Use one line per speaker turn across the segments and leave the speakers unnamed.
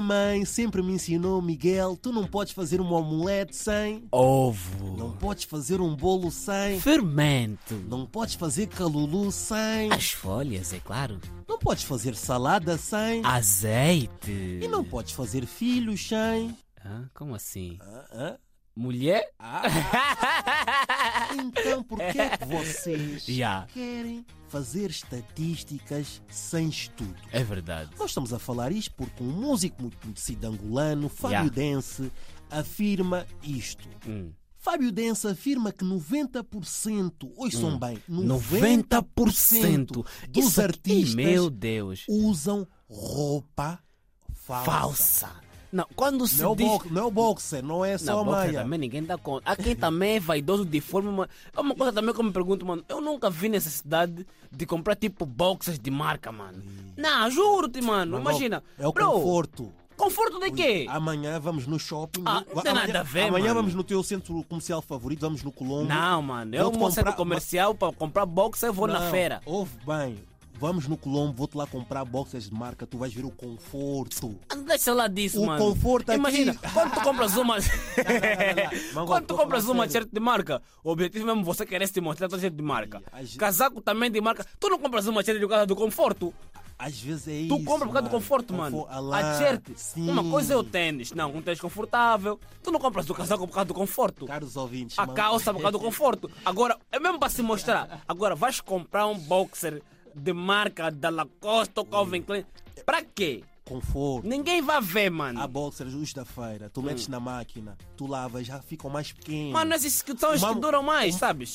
mãe sempre me ensinou, Miguel, tu não podes fazer um omelete sem,
Ovo.
não podes fazer um bolo sem,
Fermento.
não podes fazer calulu sem,
As folhas, é claro.
não podes fazer salada sem
Azeite.
e não podes fazer filhos sem.
Hã? como assim?
Ah,
Mulher?
ah, ah. Então por que é que vocês
Já.
querem fazer estatísticas sem estudo?
É verdade.
Nós estamos a falar isto porque um músico muito conhecido angolano, Fábio
Yeah.
Dense, afirma isto.
Hum.
Fábio Dense afirma que 90%,
Hum.
ouçam bem, 90%,
90%
dos
Isso aqui,
artistas
Meu Deus.
usam roupa falsa.
Falsa. Não, quando se
Não é, o
diz...
box- não é o boxer, não é só
Não,
a
boxe
maia.
também ninguém dá conta. Há quem também é vaidoso de forma. Uma... É uma coisa também que eu me pergunto, mano. Eu nunca vi necessidade de comprar tipo boxes de marca, mano. Não, juro-te, mano.
Mas não,
Imagina.
É o
Bro,
conforto.
Conforto de quê?
Amanhã vamos no shopping.
Ah, não tem
amanhã,
nada a ver,
Amanhã
mano.
vamos no teu centro comercial favorito, vamos no Colombo.
Não, mano. Eu
Vou-te
vou ao centro
comprar-
comercial para comprar boxer, vou na
Não,
feira.
Ouve bem, vamos no Colombo, vou-te lá comprar boxers de marca, tu vais ver o conforto.
Ah, Deixa lá disso,
O
mano.
conforto aqui-
Imagina, quando tu compras uma.
não, não.
quando tu
Mango,
compras
tô falando
uma
sério.
t-shirt de marca, o objetivo mesmo é você querer se mostrar tua t-shirt de marca.
Ai, a gente-
Casaco também de marca. Tu não compras uma t-shirt de casa do conforto.
Às vezes é
Tu
isso.
compras por causa do conforto, mano.
Confo- Alá,
A t-shirt.
sim.
Uma coisa é o tênis. Não, um tênis confortável. Tu não compras o casaco por causa do conforto.
Caros ouvintes.
A
mano.
calça por causa do conforto. Agora, é mesmo para se mostrar. Agora, vais comprar um boxer de marca da Lacoste ou Calvin Klein. Pra quê?
Conforto.
Ninguém vai ver,
Há
mano.
boxers, os da feira, tu metes na máquina, tu lavas, já ficam mais pequenos.
Mano, esses que são os que
Mamo-
duram mais, sabes?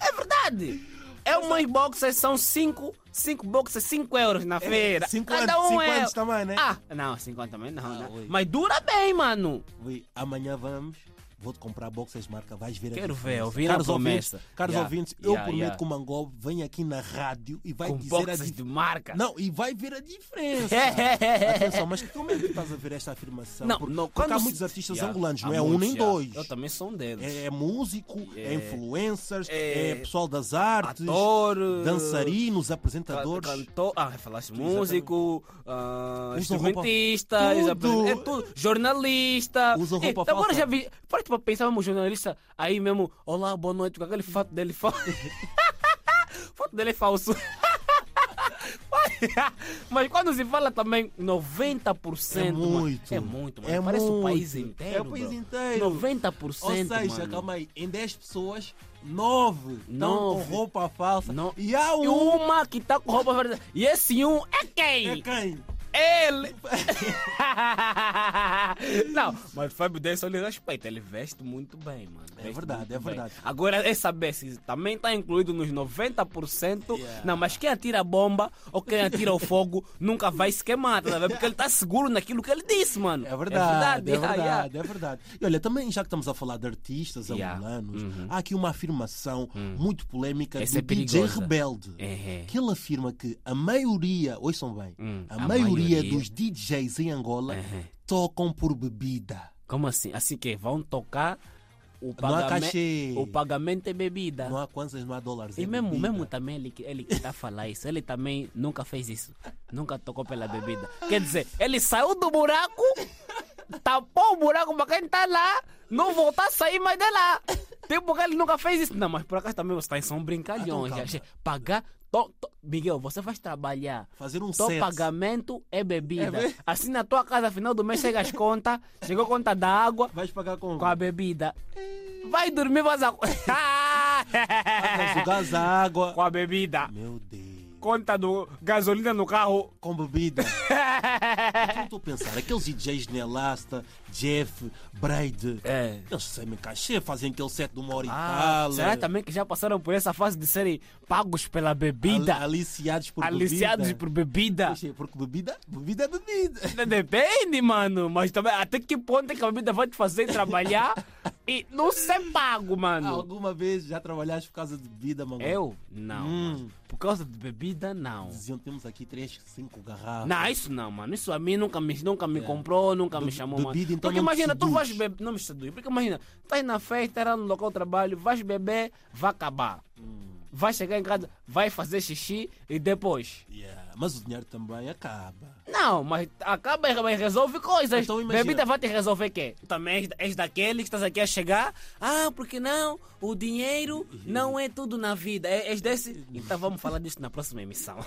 É verdade. É umas boxers, são cinco, cinco boxers, cinco euros na feira.
É, cinco
Cada
anos-
um
cinco
é...
anos também, né? Ah,
Ah, não, 50 também não, né?
oi.
Mas dura bem, mano.
Ui, amanhã vamos. Vou-te comprar boxers de marca, vais ver a
Quero ver,
diferença.
ouvi na
caros ouvintes,
promessa.
caros
Yeah,
ouvintes, eu
yeah,
prometo
yeah.
que o Mangob vem aqui na rádio e vai
Com
dizer a
boxers
diferença.
de marca. É,
Não, e vai ver a diferença. Atenção, mas como é que estás a ver esta afirmação?
Não,
porque,
não,
porque há
se-
muitos artistas
Yeah,
angolanos,
há
não é um
muitos,
nem
yeah.
dois.
Eu também sou um deles.
É, é músico, é,
É.
influencers, é,
É.
pessoal das artes,
Ator,
dançarinos,
ca-
apresentadores.
cantor, ah, falaste músico, ah,
Usam roupa-
instrumentista,
Tudo.
exabe- é tudo, jornalista.
Usam
É,
roupa
agora
falsa.
já vi, parte para pensar mesmo jornalista aí mesmo, olá, boa noite, com aquele fato dele falso. fato dele é falso. Mas quando se fala também 90%,
É
mano,
muito.
é muito, mano.
É
parece o país
muito.
inteiro.
É o país
bro.
inteiro.
90%,
Ou seja,
mano.
calma aí, em 10 pessoas, 9 estão com
Nove.
roupa falsa
No-
e há
E
um
uma que tá com roupa verdadeira. E esse um é
é
quem?
quem?
Ele! Não, mas Fábio Denso ele respeita, ele veste muito bem, mano. Veste
verdade,
muito
é
bem.
verdade.
Agora é saber se também tá incluído nos 90%.
Yeah.
Não, mas quem atira a bomba ou quem atira o fogo nunca vai se queimar, tá a ver? Porque ele tá seguro naquilo que ele disse, mano.
É verdade, é verdade, é
yeah,
verdade.
yeah.
E olha, também já que estamos a falar de artistas
Yeah.
angolanos,
Uhum. Hum.
há aqui uma afirmação muito polêmica
Essa é
do DJ
perigosa.
Rebelde.
É.
Que ele afirma que a maioria, ouçam bem,
Hum,
a,
a
maioria,
maioria.
dos DJs em Angola
Uhum.
tocam por bebida.
Como assim? Assim que vão tocar o
Não há
pagamento.
cachê.
O pagamento é bebida.
Não há quantas, não há dólares.
E
é
mesmo,
bebida.
mesmo também ele, que- ele que está a falar isso, ele também nunca fez isso. Nunca tocou pela bebida. Quer dizer, ele saiu do buraco, tapou o buraco para quem está lá, não voltar a sair mais de lá. Tipo, porque ele nunca fez isso. Não, mas por acaso também você está em São
Ah,
Brincalhões.
então
já- Pagar. to- to- Miguel, você vai trabalhar.
Fazer um
Teu
set.
pagamento é bebida.
É ve-
assim na tua casa, final do mês, chega as contas, chegou a conta da água,
Vais pagar com,
com a bebida. Vai dormir, Ah! vai a...
pagas o gás, a água.
com a bebida.
Meu Deus.
Conta do gasolina no carro.
Com bebida. Eu estou a pensar, aqueles DJs Nelasta, Jeff, Braid,
É.
eles sabem cachê, fazem aquele set de uma hora
Ah,
e tal.
será também que já passaram por essa fase de serem pagos pela bebida?
Al- Aliciados por
aliciados
bebida.
por bebida?
Pois é, Porque bebida, bebida é bebida.
Depende, mano. Mas também até que ponto é que a bebida vai te fazer trabalhar e não ser pago, mano?
Alguma vez já trabalhaste por causa de bebida, mano?
Eu? Não.
Hum.
mano. Por causa de bebida, não.
Diziam, temos aqui 3, 5 garrafas.
Não, isso não, mano. Isso a mim nunca me, nunca
É.
me comprou, nunca me
Be-
chamou,
bebida,
mano.
então,
porque
não te
imagina, tu
seduz.
vais beber, não me seduz. Porque imagina, estás na festa, era no local de trabalho, vais
Hum.
beber, vai acabar. Vai chegar em casa, vai fazer xixi e depois.
Yeah, Mas o dinheiro também acaba.
Não, mas acaba e mas resolve coisas.
Então imagina.
Bebida vai te resolver quê? Também és- és daqueles que estás aqui a chegar. Ah, porque não? O dinheiro não
Uhum.
é tudo na vida. É- És desse? Então vamos falar disso na próxima emissão.